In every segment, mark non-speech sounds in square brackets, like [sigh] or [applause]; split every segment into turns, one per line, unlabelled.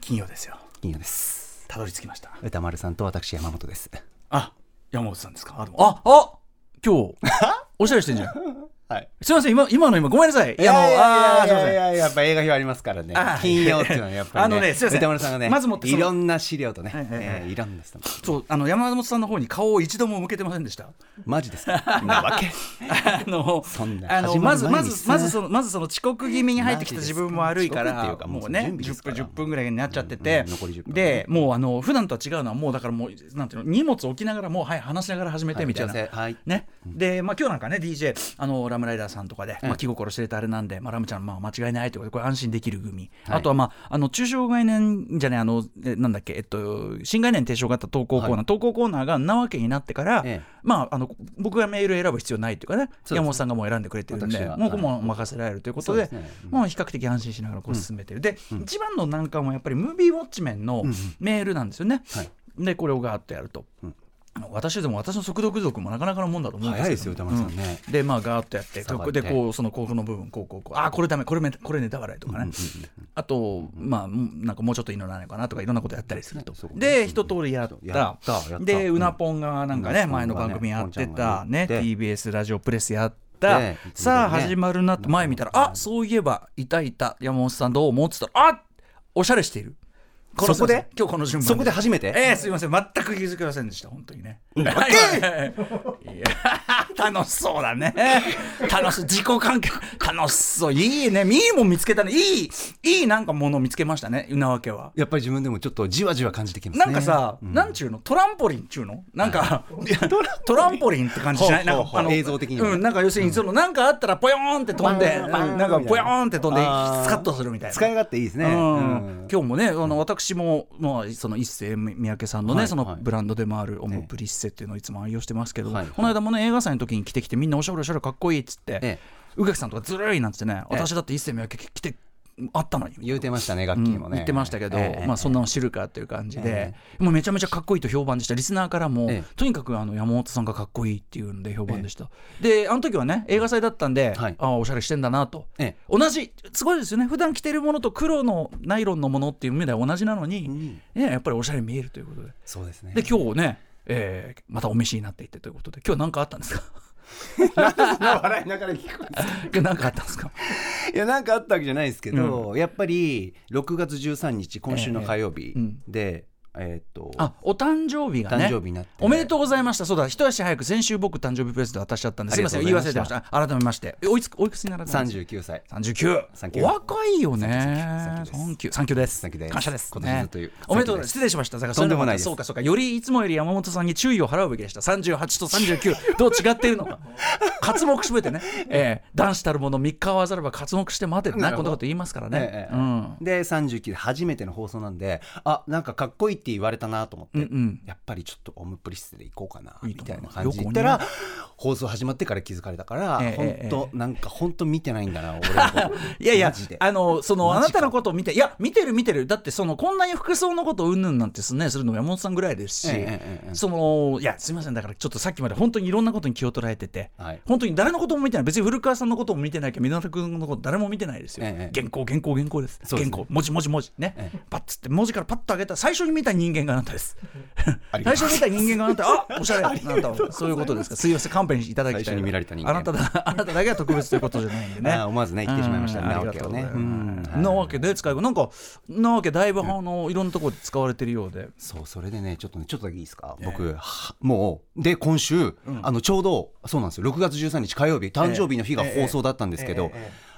金曜ですよ
金曜です
たどり着きました
歌丸さんと私山本です
あ山本さんですかあどうもああ今 [laughs] 日おしゃれしてんじゃん
はい
すいません今今の今ごめんなさいい
いやもう
あ
あ
あ
あ
すい
やい
ま
や
せん
いややっぱ映画表ありますからね
あー
金曜っていうのはやっぱり、ね、
あのねすいません
歌丸さんがね
まずもってそ
い
の
ろんな資料とね、
はいはいはい
えーいろんな人の
そうあの山本さんの方に顔を一度も向けてませんでした
マジです [laughs] かなわけ
あの
そんな
あの
始ま
ま
る
ず
前
ま
に
ずまずそのまずその遅刻気味に入ってきた自分も悪いか
マジ
ら
ですか遅刻っていうかもう
もうね
準備で
10
すか
分
ら
10分ぐらいになっちゃってて
うん残り10分
でもうあの普段とは違うのはもうだからもうなんていうの荷物置きながらもうはい話しながら始めてみたいな
はい打ち合わせはい
ねでまあ今日なんかね DJ あのラムライダーさんとかでまあ気心知れたあれなんでまあラムちゃんまあ間違いないということでこれ安心できる組
はい
あとはまああの中小概念じゃないあのえなんだっけえっと新概念提唱型投稿コーナー
は
投稿コーナーがんなわけになってから
ええ
まああの僕がメール選ぶ必要ないというかね
そうですね
山本さんがもう選んでくれてるんで
私が
もうこ
はい
こも任せられるということ
そう
で
ですねうん
もう比較的安心しながらこう進めてるで一番の難関はやっぱりムービーウォッチメンのメールなんですよね
はい
でこれをガーッとやると。私でも私の速読族もなかなかのもんだと思うんです
早い
けど
ですよ歌丸さんね、
でまあガーッとやって
さばい
で
て
こうその甲府の部分こうこうこうあーこれダメこれめこれネタ笑いとかね、あとまあうんなんかもうちょっといいのないのかなとかいろんなことやったりすると
そうですね
で一通りやった
やったやった
でうなぽんがなんかね、
うん
前の番組やってたね
うなぽんがね
TBS ラジオプレスやった、
で
さ
い
あ
つもね
始まるなと前見たら、あそういえばいたいた山本さんどう思ってたらあおしゃれしているの
そこで
すいません今日この順番
そこで初めて
ええすいません全く気づきませんでした本当にね。いや楽しそうだね楽しそう自己環境楽しそういいねいいもん見つけたねいいいいなんかものを見つけましたねうなわけは。
やっぱり自分でもちょっとじわじわ感じてきますね
なんかさ、なんちゅうのトランポリンっちゅうのなんか、いやトランポリンって感じしな
ほ
い
う
な
ほ
ん
う
か
ほう映像的にはね
うん、なんか要するにその、なんかあったらポヨーンって飛んで、
バーン
うんなんかポヨーンって飛んでス
あー
カッとするみたいな
使い勝手いいですね、
うん、今日もねあの私も、まあ、その一世三宅さんのね、
はい
その
はい
ブランドでもあるオムプリッセっていうのをいつも愛用してますけど、
はい
この間もね映画祭の時に着てきてみんなおしゃれおしゃれかっこいいっつって、
ええ
宇垣さんとかずるいなんつってね、
え
私だって一世三宅着てあったのに。
言うてましたね楽器もね、
言ってましたけど、
ええ
まあ、そんなの知るかっていう感じで
え、
もうめちゃめちゃかっこいいと評判でしたリスナーからも、
ええ
とにかくあの山本さんがかっこいいっていうんで評判でした、であの時はね映画祭だったんで、
はい
ああおしゃれしてんだなと、
ええ
同じすごいですよね普段着てるものと黒のナイロンのものっていう目では同じなのに、
ん
ね、やっぱりおしゃれに見えるということで
そうですね
で今日ね、えーまたお召しになっていってということで今日何かあったんですか [laughs]
笑いながら聞く
今日何かあったんですか
いやなんかあったわけじゃないですけど、やっぱり6月13日今週の火曜日
えうん
で、えーっと
あお誕生日がね
誕生日になって
おめでとうございましたそうだ一足早く先週僕誕生日プレゼント渡しちゃったんですすいませ
あ
ん言
り
い
が
忘
とう
れ
ご
て
ざいま
まし
した
改めましてえおいつおいくつになられたんですか
39歳
39
39
お若いよね
39
39 39です
39です
感謝です
今年ずっと言う
おめでとうございます失礼しましただから
とんでもないです
そうかそうかよりいつもより山本さんに注意を払うべきでした38と39
[laughs]
どう違っているのか活目しめてね、ええ男子たる者三日はざれば活目して待てってな
なるほ
こんな
ど
こと言いますからね
ね、
うん
で39で初めての放送なんであなんかかっこいいって言われたなと思って、
うんうん
やっぱりちょっとオムプリスで行こうかないみ
いと
た
思う
いな感じで
よく
言っ
お似合
た
い
ら放送始まってから気づかれたから、
ええ
ほんと
え
なんか本当見てないんだな俺のこと
[laughs] いやいや
マジで、
あの、その、あ
マ
な
ジか
たのことを見て、いや、見てる見てる。だって、その、こんなに服装のことをうんぬんなんてすね、するのも山本さんぐらいですし、
ええええええ
その、いや、すいません、だからちょっとさっきまで本当にいろんなことに気を取られてて、
はい
本当に誰のことも見てない。別に古川さんのことも見てないけど、源君のこと誰も見てないですよ。
ええ
原稿、原稿、原稿です。
そうですね
原稿、文字、文字、文字。ね。
ええ
パッつって、文字からパッと上げたら、最初に見た人間があなたです。
ありがとうございます
最初に見た人間があなた、
[laughs]
あおしゃれあなたは、そういうことですか。すいません、勘弁していただきたい。
最初に見られた人間
あなただ、 [laughs] あなただけは特別ということじゃないんでね。
あー思わずね言ってしまいました
うん
な
あ
わ
りが
け
と
を
うござい
ね
ます
うん
なわけで使いなんかなわけだいぶあのいろんなところで使われてるようで
そうそれでねちょっとねちょっとだけいいですか、僕はもうで今週、あのちょうどそうなんですよ6月13日火曜日誕生日の日が放送だったんですけど、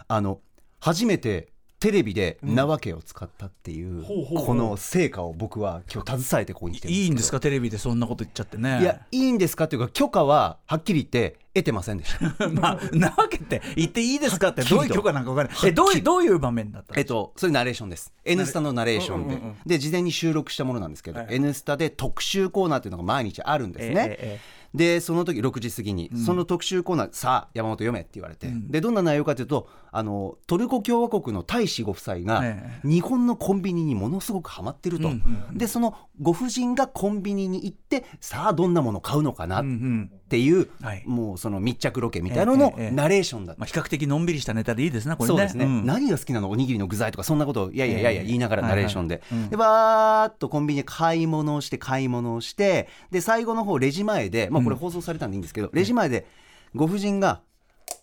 あの初めてテレビで「なわけ」を使ったっていう、
ほうほうほう
この成果を僕は今日携えてここに来てる
いいんです
か
かテレビでそんなこと言っちゃってね
いやいいんですかっていうか許可ははっきり言って得てませんで [laughs] した
[laughs] まあなわけって言っていいですかって
はっきりと
どういう許可なんかわかんないえどういうどういう場面だったの
えっとそれナレーションです「N スタ」のナレーションで、で事前に収録したものなんですけど「
はい
N スタ」で特集コーナーっていうのが毎日あるんですね、
えええ
でその時6時過ぎに、その特集コーナー「さあ山本読め」って言われて、でどんな内容かというとあのトルコ共和国の大使ご夫妻が、
え
日本のコンビニにものすごくハマってると、
うん
でそのご婦人がコンビニに行ってさあどんなものを買うのかなっ
うんうん
っっていう、
はい
もうその密着ロケみたいなのの
ええええ
ナレーションだった
まあ、比較的のんびりしたネタでいいですなこれね
そうですね、
ん
何が好きなのおにぎりの具材とかそんなことをいやいやいやいや
ええ
言いながらナレーションで、
はいはいうん
でバーっとコンビニで買い物をして買い物をしてで最後の方レジ前で、まあ、これ放送されたんでいいんですけど、レジ前でご婦人が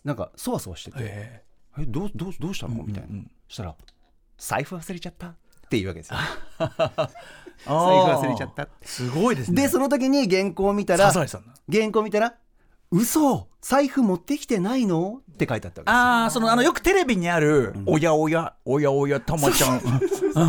なんかそわそわしてて、
え
えどうどうどうしたのみたいな、
うんうん
そしたら財布忘れちゃったっていうわけですよ財布
え
忘れちゃっ
あ
た
ーすごいですね
でその時に原稿を見たら
サザエさんだ
原稿見たら嘘財布持ってきてないのって書いてあったわけです
ああそのあのよくテレビにある「おやおやおやおやたまちゃん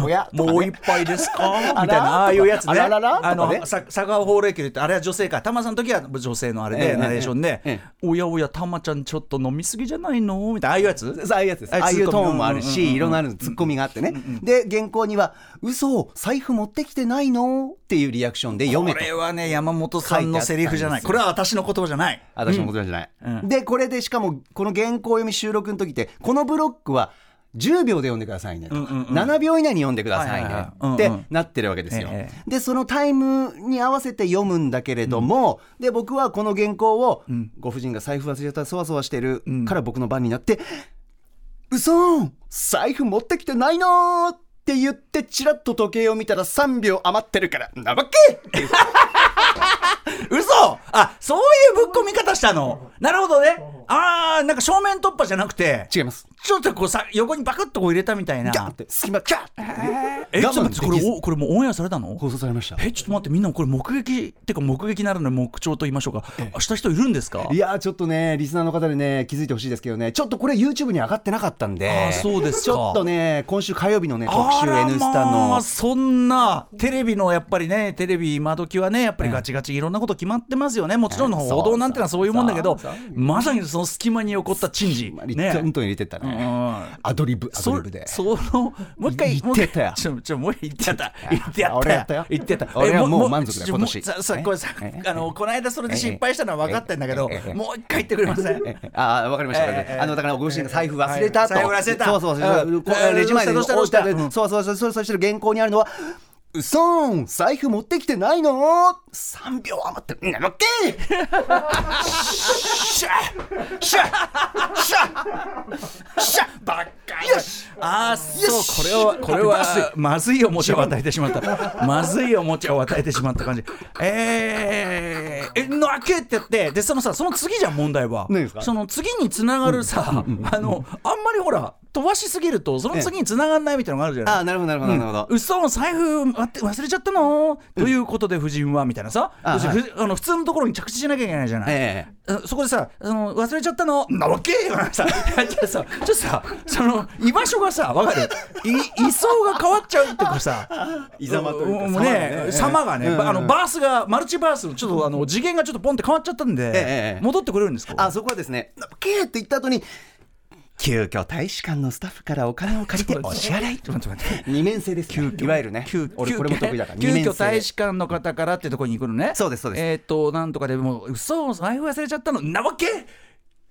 おやとかね
もう一杯ですか?」みたい
とか
なああいうやつね
あららら
あ
とかね
のさ佐川法令家で言ってあれは女性か玉さんの時は女性のあれ
ええ
でナレーション
え
で
え
「おやおやたまちゃんちょっと飲みすぎじゃないの?」みたいなああいうやつ
ああいうやつです。
あ
ああいう
ツッコ
ト
ミ
ーンもある
うんうんうん
し、いろんなあるツッコミがあってね。で、原稿には、嘘、財布持ってきてないのっていうリアクションで読め。
ことれはね山本さんのセリフじゃない
書い
こ
て
れは私の言葉じゃない
私のことなんじゃない、
う
で、これでしかも、この原稿読み収録の時って、このブロックは、10秒で読んでくださいねとか、
うんうんうん
7秒以内に読んでください
はいはい
ね
はいうんうん
ってなってるわけですよ。
え
でそのタイムに合わせて読むんだけれども、で僕はこの原稿を、
ん
ご婦人が財布忘れちゃったそわそわしてる
うん
から僕の番になって「嘘財布持ってきてないの!」って言ってチラッと時計を見たら3秒余ってるから「なばけ!」
嘘あそういうぶっ込み方したのなるほどねああんか正面突破じゃなくて
違います。
ちょっとこうさ横にバクッとこう入れたみたいな
ギャーって隙間キャーって
えちょっと
我慢
待
で
ってこれ
きず
おこれもうオンエアされたの
放送されました。
えちょっと待ってみんなこれ目撃っていうか目撃ならぬ目聴と言いましょうかあした人いるんですか
いやーちょっとねリスナーの方でね気づいてほしいですけどねちょっとこれ YouTube に上がってなかったんで
あーそうですか
ちょっとね今週火曜日のね特
あ
集
ら
N スタ
ま
の
あそんなテレビのやっぱりねテレビ今時はねやっぱりガチガチいろんなこと決まってますよねもちろんの
え
報
えそう
道なんてのはそういうもんだけど
そうそう
まさにその隙間に起こった珍事
まあリ
ね
ットントン入れてった
う
ね、
ん
アドリブアド
そ
リブで
そのもう一回
言ってたよ
もう一回ちょちょもう一回言ってやった言ってやった
俺やったよ
言ってた
俺は
え
もう満足だ
ちょ
今年
もうささ
え
これさ
え
あのこの間それで失敗したのは分かってんだけど
ええええ
もう一回言ってくれません
えああわかりました、
ええええ
あのだからご主人が財布忘れたと、
はい財布忘れた
そうそうそう、
うん
こうレジ前で
どうしたどうしたどうしたうん
そうそうそうそうそうしてる原稿にあるのはうそん財布持ってきてないの3秒余ってるんだよオッ
[laughs]
ケー
シャッシャッシャッシャッばっかりああそうこれはこれはまずいおもちゃを与えてしまったまずいおもちゃを与えてしまった感じえー、えのけってやってでそのさその次じゃん問題は
何ですか
その次につながるさ、あのあんまりほら飛ばしすぎるとその次につながんないみたいなのがあるじゃない
ああなるほどなるほどなるほど、
嘘の財布待って忘れちゃったの、ということで夫人はみたいなさ
あ
要するにふあの普通のところに着地しなきゃいけないじゃない、
ええ
あそこでさあの忘れちゃったのなわけよなさちょっとさちょっとさその居場所がさわかるい位相が変わっちゃうっていうかさ
居ざまというか
もうね様がね、ばあのバースがマルチバースのちょっとあの次元がちょっとポンって変わっちゃったんで、
ええ
戻ってくれるんですか
あそこはですね「ケー」って言った後に急遽大使館のスタッフからお金を借りてお支払い
ちょっと待って待って
二面性です、ね、いわゆるね
急
俺
急
これも得意だから
急
二面
遽
性
大使館の方からってとこに行くのね
そうですそうです
えっ、となんとかでもう嘘財布忘れちゃったのなわけ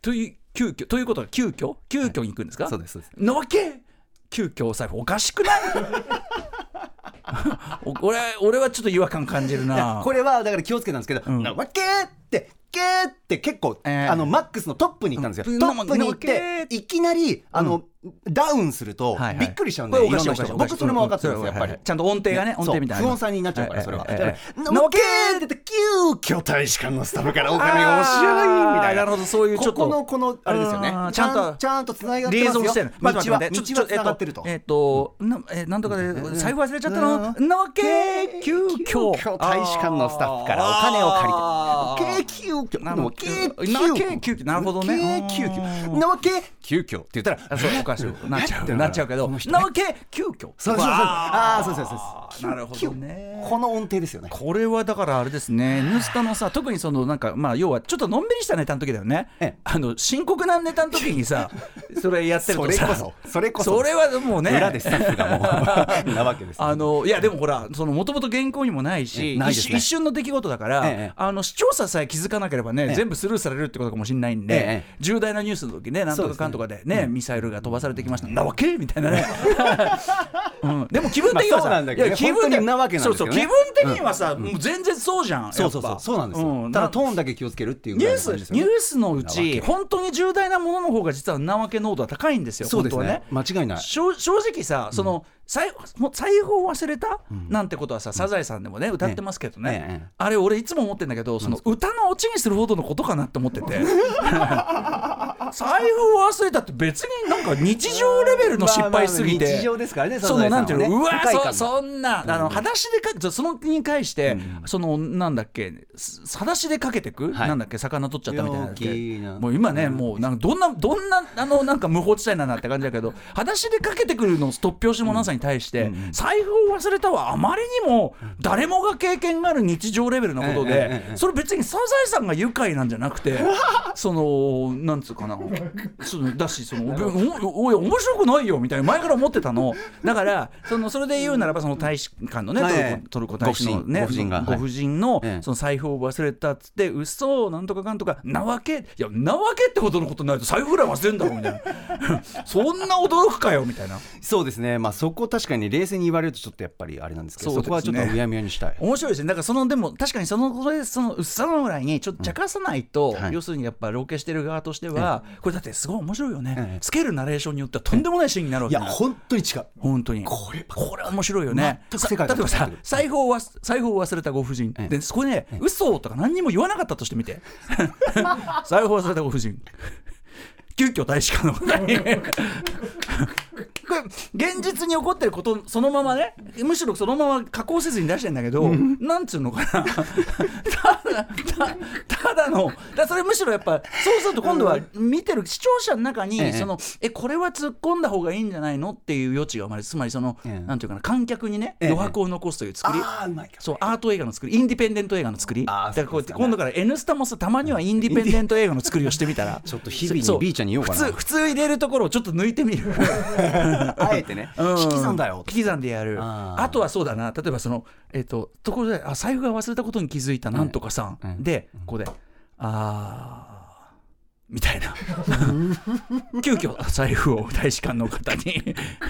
という急遽ということは急遽急遽に行くんですか、
そうですそうです
なわけ急遽お財布おかしくない [laughs] お俺俺はちょっと違和感感じるな
これはだから気をつけたんですけど「
ん
なわけ!」って「けー」って結構、
ええ
あのマックスのトップに行ったんです
う
よ
ん
トップに行っ
なわけ
ていきなりあの、ダウンすると、
はいは
び
い
っくりしちゃうん
こ
で
れ
い
おか
ろ
し
ん
い
な
お
人が
かしいおかしい
僕それも分かってるんですよやっぱり
ちゃんと音程がね音程みたいな
そう不穏さになっちゃうからそれは、
ええええええ
だから「なわけ!」って言って急遽大使館のスタッフからお金をお支払いみたい
あーな
な
るほどそういうちょっと
ここのこのあれですよね
あーちゃんと
ちゃんとつながって
リエ
ます
ゾ
よ
ンしてる
道は
待っ
道
て
は
待ってちょ
つながってると、
えっとえっとなえなんとかで財布忘れちゃったの
うん
なわけ急
急
遽
遽大使館のスタッフからお金を
あー
借りて急遽
な
な
るほ
わけ
どなわけ急遽なるほどね
急
う
遽
ん
なわけ急遽って言ったら
あそうおかしいなっちゃ
えっ
う
て
なっちゃうけど
この人ね
なわけ急遽
そうそうそう
わー
あーそうそうそうそう
なるほどね
この音程ですよね
これはだからあれですね、「N スタ」のさ、特にそのなんか、まあ、要はちょっとのんびりしたネタの時だよね
ええ、
あの深刻なネタの時に
[laughs]
さ、それやってるとさ、
それこそそれこそ
それはもうね、
裏でスタッフ
[laughs]
がもうなわけですよ
あのいやでもほらもともと原稿にもない
え
し
えないです
一瞬
ね
一瞬の出来事だから、
ええ
あの視聴者さえ気づかなければね、
ええ
全部スルーされるってことかもしれないんで、
ええ
重大なニュースの時ねなんとかかんとかでねミサイルが飛ばされてきましたんだわけみたいなね、 [laughs] うん、でも気分的にはさ、
まあそうなんだけどね
いや気分
本当にんなわけなんですけどね
そうそう気分的にはさ、もう全然そうじゃんやっぱ
そうそうそうそうなんですよ、
ん
ただトーンだけ気をつけるっていう
ニ
ぐら
ュ
い
ー
の感じです
ス
よ
ニ
ね
ュースのうち本当に重大なものの方が実はなわけ濃度は高いんですよ
そうですね
本当は
間違いない
正正直さその、財もう財布を忘れた、なんてことはさサザエさんでもね歌ってますけどね
ねええ
あれ俺いつも思ってんだけどその歌のオチにするほどのことかなって思ってて [laughs] 財布を忘れたって別になんか日常レベルの失敗すぎて、
まあまあ日常ですからね
そのなんていうの、うわ
そ
そそんな、あの裸足でかそのに関して、そのなんだっけす裸足でかけてく、
はい
なんだっけ魚取っちゃったみたいなんだ
陽
っ
気
け
な
もう今ね、もうなんかどんなどんなあのなんか無法地帯なんだって感じだけど裸足でかけてくるの突拍子もなさに対して、財布を忘れたはあまりにも誰もが経験がある日常レベルの
え
こと
え
で、
ええええ
それ別にサザエさんが愉快なんじゃな
[laughs]
くてそのなんつうかなそのだしそのおおおい面白くないよみたいな前から思ってたのだからそのそれで言うならばその大使館のね
はい
トルコトルコ大使のね
ご婦人がはい
ご婦人の
ええ
その財布を忘れたっつって嘘なんとかかんとかなわけいやなわけってことのことになると財布ぐらい忘れんだろみたいな [laughs] そんな驚くかよみたいな
そうですねまあそこ確かに冷静に言われるとちょっとやっぱりあれなんですけど
そ
そう
ですね
こはちょっとうやむやにしたい
面白いですねだからそのでも確かにそのそれその薄さの裏にちょっと茶化さないと、
はい
要するにやっぱロケしてる側としては、これだってすごい面白いよね、
ええ
つけるナレーションによってはとんでもないシーンになるわ
い
け
や
だ
本当に違う
本当に
これ
これ面白いよね
全く世界
さ
が
例えば
変わっ
さ
てくる
財布をわす財布を忘れたご婦人、
ええ
でそこで、嘘とか何にも言わなかったとしてみて
[laughs]
財布を忘れたご婦人急遽大使館の方に [laughs] これ現実に起こってることそのままねむしろそのまま加工せずに出してんだけど、なんつうのかなただたただのだそれむしろやっぱそうすると今度は見てる視聴者の中に、
ええ
そのえこれは突っ込んだ方がいいんじゃないのっていう余地が生まれるつまりその、
ええ
なんていうかな観客にね
ええ
余白を残すという作り、
ああうまいか
そうアート映画の作りインディペンデント映画の作り
あー
だからこうやって
そうですかね
今度から「N スタ」もさたまにはインディペンデント映画の作りをしてみ
[laughs]
たら
ちょっと日々に
そう
B ちゃんに言おうかな
普通普通入れるところをちょっと抜いて
[laughs]
みる
あえてね
う
引き算だよ
引き算でやる
あ
あ
ー
とはそうだな例えばそのえっ、とところであ財布が忘れたことに気づいたなんとかさん、
うんうん
でここで「あー」みたいな [laughs] 急遽財布を大使館の方に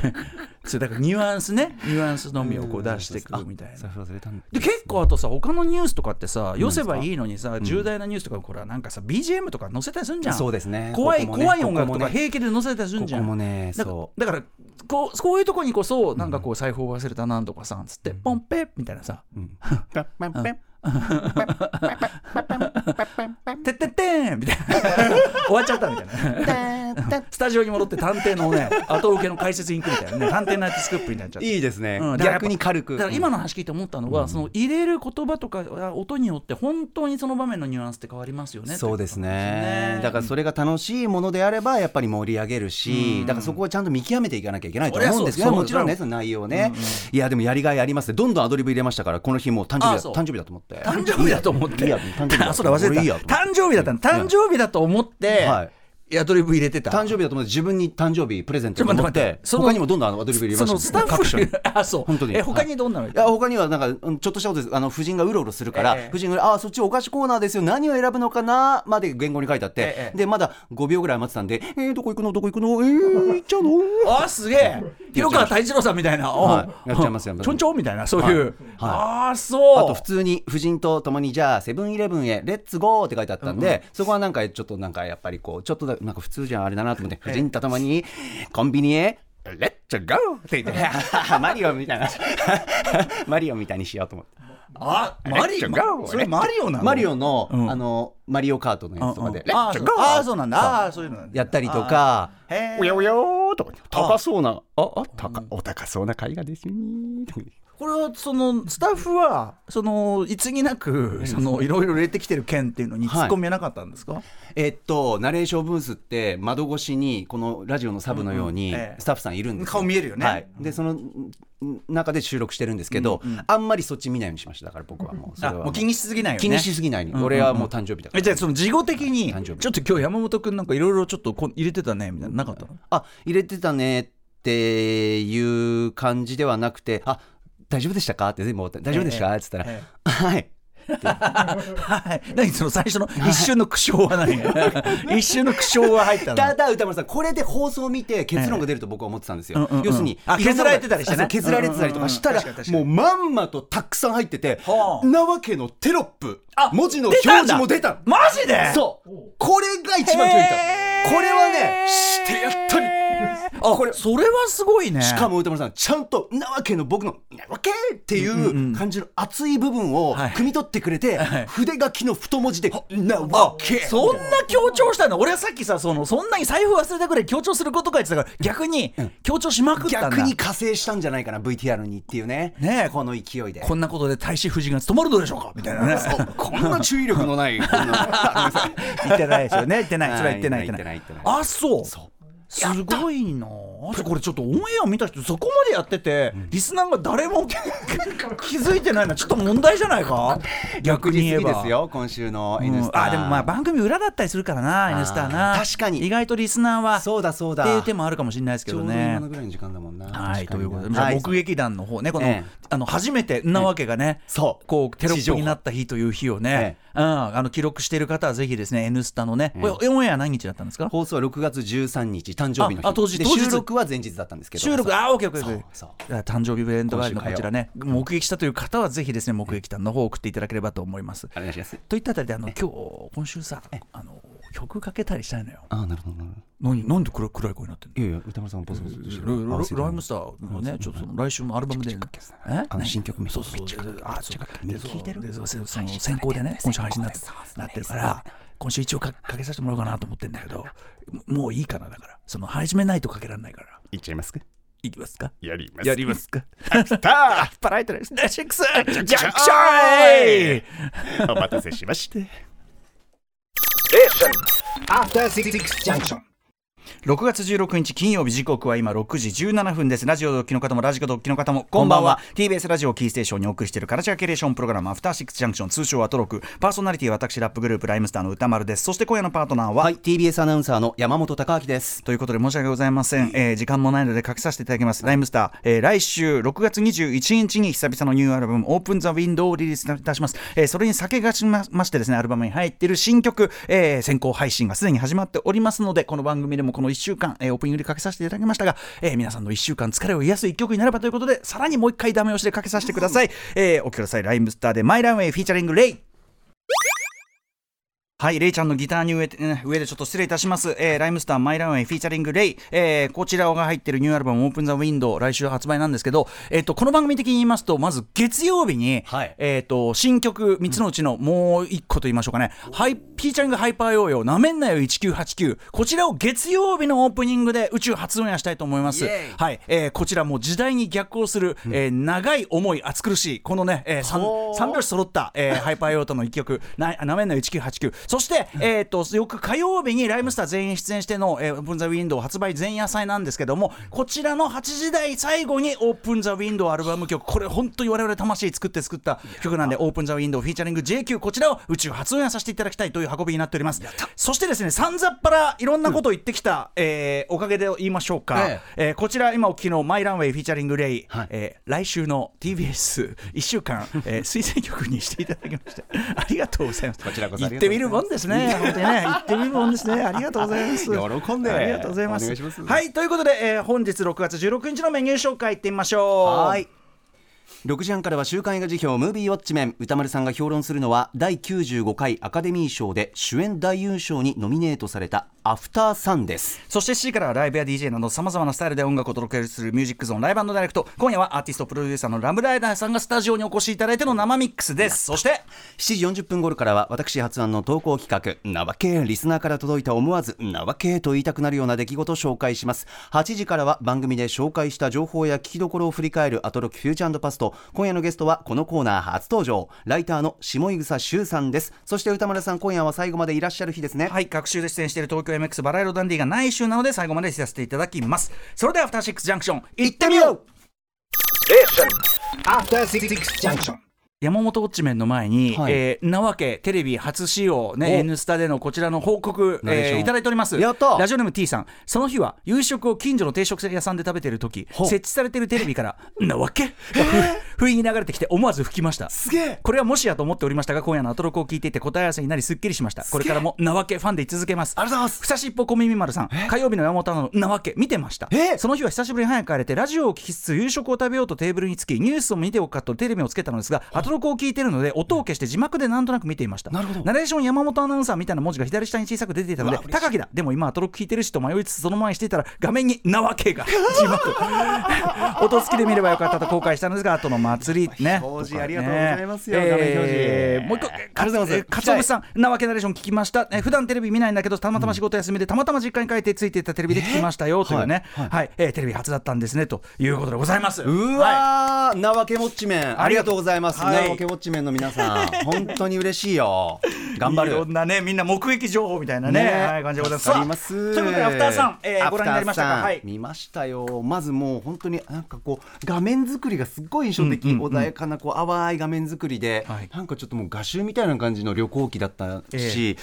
[laughs] そうだからニュアンスねニュアンスのみをこう出してくるみたいな
財布忘れたんだ
で結構あとさ他のニュースとかってさ寄せばいいのにさ重大なニュースとかこれはなんかさ BGM とか載せたりするじゃん
そうですね
怖い
ここもね
怖い音楽
ことこも
か
ね
平気で載せたりする
こ
じ
こ
ゃん
もね
だか
そう
だからこうこういうとこにこそなんかこう財布を忘れたなんとかさんつってポンペッみたいなさ [laughs] 「てってってん!」みたいな終わっちゃったみたいな。スタジオに戻って探偵のね後受けの解説に行くみたいなね探偵ナイトスクープになっちゃって
[laughs] いいですね
うんだからやっぱ
逆に軽く
だから今の話聞いて思ったのは、その入れる言葉とか音によって本当にその場面のニュアンスって変わりますよね
そうです
ということです
ね
ね
だからそれが楽しいものであればやっぱり盛り上げるし、だからそこはちゃんと見極めていかなきゃいけないと思うんですけど
そりゃそう
もちろんねその内容ね、いやでもやりがいありますねどんどんアドリブ入れましたからこの日もう誕生
あ
日
そ
だ
う
誕生日だと思って
誕生日だと思って
いや誕生日だ
[laughs] あそうだ忘れ
俺
た
いいやと思って
誕生日だったの誕生日だと思って、
は
アドリブ入れてた
誕生日だと思って自分に誕生日プレゼント
ちょ
と
っと
思
待
っ
って
て
その
他にもどんどんアドリブ入れまし
そ
た
のスタッ
各所に
フ [laughs] あそう
本当に
え他にどんなの
いや他にはなんかうんちょっとしたことですあの夫人がうろうろするから、
ええ
夫人が「あそっちお菓子コーナーですよ何を選ぶのかな?」まで言語に書いてあって、
ええ
でまだ5秒ぐらい待ってたんで「えー、どこ行くのどこ行くのえ
[laughs]
ー、行っちゃうの?」
あすげえ広川太一郎さんみたいな、
はい
うん
やっちゃいますやっちゃいます
ちょんちょんみたいなそういう、
はいはい
ああそう
あと普通に夫人と共にじゃあセブンイレブンへレッツゴーって書いてあったんで、そこはなんかちょっとなんかやっぱりこうちょっとだなんか普通じゃあれだなと思って、夫人と共にコンビニへレッツゴーって言って [laughs] マリオみたいなマリオみたいにしようと思って。
あマリオ
ま
それマリオなの
マリオの、
うん
あのマリオカートのやつとかで、レッ
ああ
ツ
そう
ゴ
ああ
ー
そうなんだああそういうのなんだ
やったりとか
あへえ
おやおやーとか高そうなああ高お高そうな絵画ですねーとか
これはそのスタッフはそのいつになくそのいろいろ入れてきてる件っていうのに
はい
突っ込みはなかったんですか、
えっとナレーションブースって窓越しにこのラジオのサブのよう
う
に
んうんええ
スタッフさんいるんですよ
顔見えるよね
はい、でそのん中で収録してるんですけど、あんまりそっち見ないようにしましただから僕はもうそれ
あ
は
もう気にしすぎないよね
気にしすぎないように、俺はもう誕生日だから、
えじゃあその事後的に
誕生日
ちょっと今日山本君なんかいろいろちょっとこ入れてたねみたいななかったの
あ入れてたねっていう感じではなくてあ大丈夫でしたかって全部終わって大丈夫でした
ええ
っつったら、
え
はい
はい、何その最初の一瞬の苦笑
[laughs]
は何一瞬の苦笑は入っ
た
たの
だ歌丸さんこれで放送を見て結論が出ると僕は思ってたんですよ、
ええうんうんうん
要するに
あ
いろんな
削られてたりしてね
そう削られてたりとかしたら
うんうんうん確か
も
に確か
う
に
まんまとたくさん入ってて
はあ
なわけのテロップ
あ
文字の表示も出た
マジで
そうこれが一番響いた
へー
これはねしてやったり
あこれそれはすごいね
しかも歌丸さんちゃんとなわけの僕のなわけってい
んうんう
うん感じの熱い部分を
はい
汲み取ってくれて、
はい
筆書きの太文字でなわ
あ
け
そんな強調したの俺はさっきさそのそんなに財布忘れてくれ強調することか言ってたから逆に強調しまくったんだ
逆に加勢したんじゃないかな VTR にっていうね
ねえ
この勢いで
こんなことで大使夫人が務まるのでしょうかみたいなね
そうこんな注意力のない
[laughs]
こんな
言ってないですよね言ってないそれは言ってない
はい
言って
言って
ない
ない言ってない
あそうすごいなあとこれちょっとオンエア見た人そこまでやっててリスナーが誰も [laughs] 気づいてないのはちょっと問題じゃな
[laughs]
いか逆に言え
いいで
ば
すよ今週の
う
N
ん
スター、
あでもまあ番組裏だったりするからな
ー
N スターな
確かに
意外とリスナーは
そうだそう
っ
だ
ていう手もあるかもしれないですけ
ちょ
ど
うど
ね
今のぐらいの時間だもんな
は
確
い、
か
と
に
いうことで、じゃあ
はい
目撃談の方ね、この、
ええ
あの初めてんなわけがね、
そう
こうテロップになった日という日をね、うん、あの記録している方はぜひですね、N スタのね、これオンエア何日だったんですか？
放送は6月13日誕生日の日
ああ当日
で
当日
収録は前日だったんですけど
収録、あ、オッケー、オッケー、
そ
オッ
う
ケー
そう
誕生日イベントがあるの
今
こ
週火曜
ちらね、目撃したという方はぜひですね、目撃談の方を送っていただければと思います。
お願いします
といったあたりで、あの今日今週さ、あの曲かけたりしたいのよ。
ああなるほどなるほ
何なんで暗い暗い声になってんの？
どいやいや歌丸さんボソボソして
ラ
る合わせて
ライムスターのね、ちょっとその来週もアルバムで、え
あの新曲名
そうそうそう、あ、そう
めっ
で
ちゃ
そう
聞いてる
でそうそうその先行でね、今週配信になってなってるから、今週一応かかけさせてもらおうかなと思ってんだけど、ももういいかなだから、その始めないとかけられないから、
いっちゃいますか
いきますか。
やりま
やりますか。
すた
[laughs] パライトレス、ダッシックス、ジャンクション。
お待たせしまして
6月16日金曜日時刻は今6時17分ですラジオドッキの方もラジコドッキの方もこんばんは TBS ラジオキーステーションにお送りしているカルチャーキュレーションプログラムアフターシックスジャンクション通称アトロクパーソナリティは私ラップグループライムスターの歌丸ですそして今夜のパートナーは、
はい TBS アナウンサーの山本貴明です
ということで申し訳ございません、えー時間もないので書きさせていただきますライムスター、えー来週6月21日に久々のニューアルバム「オープン・ザ・ウィンドウ」をリリースいたします、えーそれに先がちまましてですねアルバムに入っている新曲、えー先行配信がすでに始まっておりますのでこの番組でもこの1週間、えーオープニングでかけさせていただきましたが、えー皆さんの1週間疲れを癒やす1曲になればということでさらにもう1回ダメ押しでかけさせてください、えーお聴きくださいライムスターで「マイ・ランウェイ」フィーチャリングレイはい、レイちゃんのギターに上えー上でちょっと失礼いたします。えーライムスターマイランウェイフィーチャリングレイ、えーこちらが入ってるニューアルバムオープンザウィンドウ来週発売なんですけど、えっ、とこの番組的に言いますとまず月曜日に、
はい
えっ、と新曲3つのうちのもう1個と言いましょうかね。ハイフィーチャリングハイパーヨーヨーなめんなよ1989こちらを月曜日のオープニングで宇宙初オンエアしたいと思います
イエイ。
はい、えーこちらもう時代に逆行する、えー長い思い熱苦しいこのね、えー、三
ほう
三拍子揃った、
[laughs]
えーハイパーヨートの一曲「ななめんな1989」そして、えー、と翌火曜日にライムスター全員出演しての「えーオープン・ザ・ウィンドウ」発売前夜祭なんですけどもこちらの8時台最後に「オープン・ザ・ウィンドウ」アルバム曲これ本当に我々魂作って作った曲なんで「オープン・ザ・ウィンドウ」フィーチャリング JQ こちらを宇宙初演させていただきたいという運びになっておりますそしてですねさんざっぱらいろんなことを言ってきた、えーおかげで言いましょうか、
え
えーこちら今お聞きの「マイ・ランウェイ」フィーチャリング「レイ」
はい
えー来週の TBS1 週間、
[laughs]
えー推薦曲にしていただきましてありがとうございます
こちらこそ
行ってみるもんですね本当にね行ってみるもんですねありがとうございます
喜んで
ありがとうございます
お願いします
はいということで、えー本日6月16日のメニュー紹介いってみましょう
はい6時半からは週刊映画辞表「ムービーウォッチメン」歌丸さんが評論するのは第95回アカデミー賞で主演男優賞にノミネートされた「アフターサン」です
そして C からはライブや DJ などさまざまなスタイルで音楽を届けするミュージックゾーンライブダイレクト今夜はアーティストプロデューサーのラムライダーさんがスタジオにお越しいただいての生ミックスですそして
7時40分頃からは私発案の投稿企画「なわけ」リスナーから届いた思わず「なわけ」と言いたくなるような出来事を紹介します8時からは番組で紹介した情報や聞きどころを振り返る「アトロックフューチャーパスト」今夜のゲストはこのコーナー初登場ライターの下井草修さんですそして歌丸さん今夜は最後までいらっしゃる日ですね
はい、各週で出演している東京 MX バラ色ダンディがない週なので最後までさせていただきます。それではアフターシックスジャンクション、行ってみよう山本ウォッチメンの前に、
はい
えーなわけテレビ初使用、
お
ね、N スタでのこちらの報告、
ナレーショ
え
ン
ーいただいております
やった
ラジオネーム T さんその日は夕食を近所の定食屋さんで食べている時
ほう
[laughs] 設置されているテレビから「なわけ?ふ」不意に流れてきて思わず吹きました
すげえ
これはもしやと思っておりましたが今夜のアトロクを聞いていて答え合わせになりすっきりしましたこれからもなわけファンでい続けます
ありがとうございます
ふさしっぽ小耳丸さん火曜日の山本アナのなわけ見てました
え
その日は久しぶりに早く帰れてラジオを聞きつつ夕食を食べようとテーブルにつきニュースを見ておくかとテレビをつけたのですがアトロクを聞いてるので音を消して字幕でなんとなく見ていました
なるほど
ナレーション山本アナウンサーみたいな文字が左下に小さく出ていたので
うわ嬉しい
高木だでも今アトロク聞いてるしと迷いつつその前にしていたら画面になわ
[laughs]
けが字幕音付きで見ればよかったと後悔したんですが後の祭りね
表示
と
あ
かね
りがとうございますよ
えー
画面表示
もう一個
ありがとうございます
えーかつおぶしさんなわけナレーション聞きましたえー普段テレビ見ないんだけどたまたま仕事休みでたまたま実家に帰ってついていたテレビで聞きましたよというね
はい
はいえーテレビ初だったんですねということでございます
う
はい
わー、なわけウォッチメンありがとうございます、
はい
なわけウォッチメンの皆さん本当に嬉しいよ頑張
いろん
る
なねみんな目撃情報みたいなねはい感じでございます
あります
さあということでアフターさんえ
アフ
ー
ター
ご覧になりましたか
さん
はい
見ましたよまずもう本当になんかこう画面作りがすっごい印象的、
うんうんうん
穏やかなこう淡い画面作りで、
はい
なんかちょっともう画集みたいな感じの旅行記だったし、
ええうん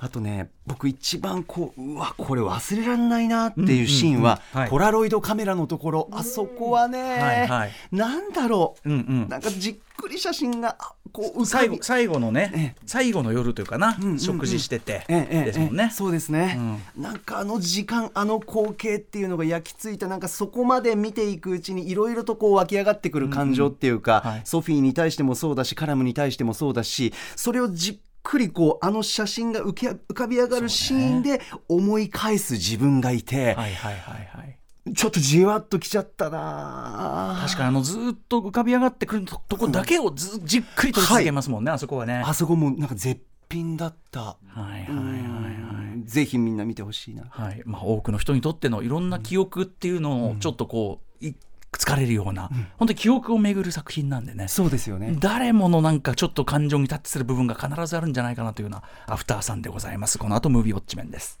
あとね僕一番こううわこれ忘れられないなっていうシーンは、
うんうんうんはい
ポラロイドカメラのところあそこはね、
はいはい
なんだろう、
うんうん
なんかじっくり写真があこう浮か
最
び
後最後のね
え
最後の夜というかな
うんうん
食事してて
ええええ
ですもん
ええ
ね
そうですね、なんかあの時間あの光景っていうのが焼き付いたなんかそこまで見ていくうちにいろいろとこう湧き上がってくる感情っていうか、
うんうんはい
ソフィーに対してもそうだしカラムに対してもそうだしそれをじっくりこうあの写真が浮き浮かび上がるシーンで思い返す自分がいて、
はいはいはいはい
ちょっとじわっときちゃったな
確かにあのずーっと浮かび上がってくるととこだけをずじっくりと続けますもんね、あそこはね。
あそこもなんか絶品だった、
はいはい
うんぜひみんな見てほしいな
はいはい。まあ多くの人にとってのいろんな記憶っていうのをちょっとこう、い疲れるような、本当に記憶をめぐる作品なんでね。
そうですよね、
誰ものなんかちょっと感情にタッチする部分が必ずあるんじゃないかなというようなアフターさんでございます。この後ムービーウォッチメンです。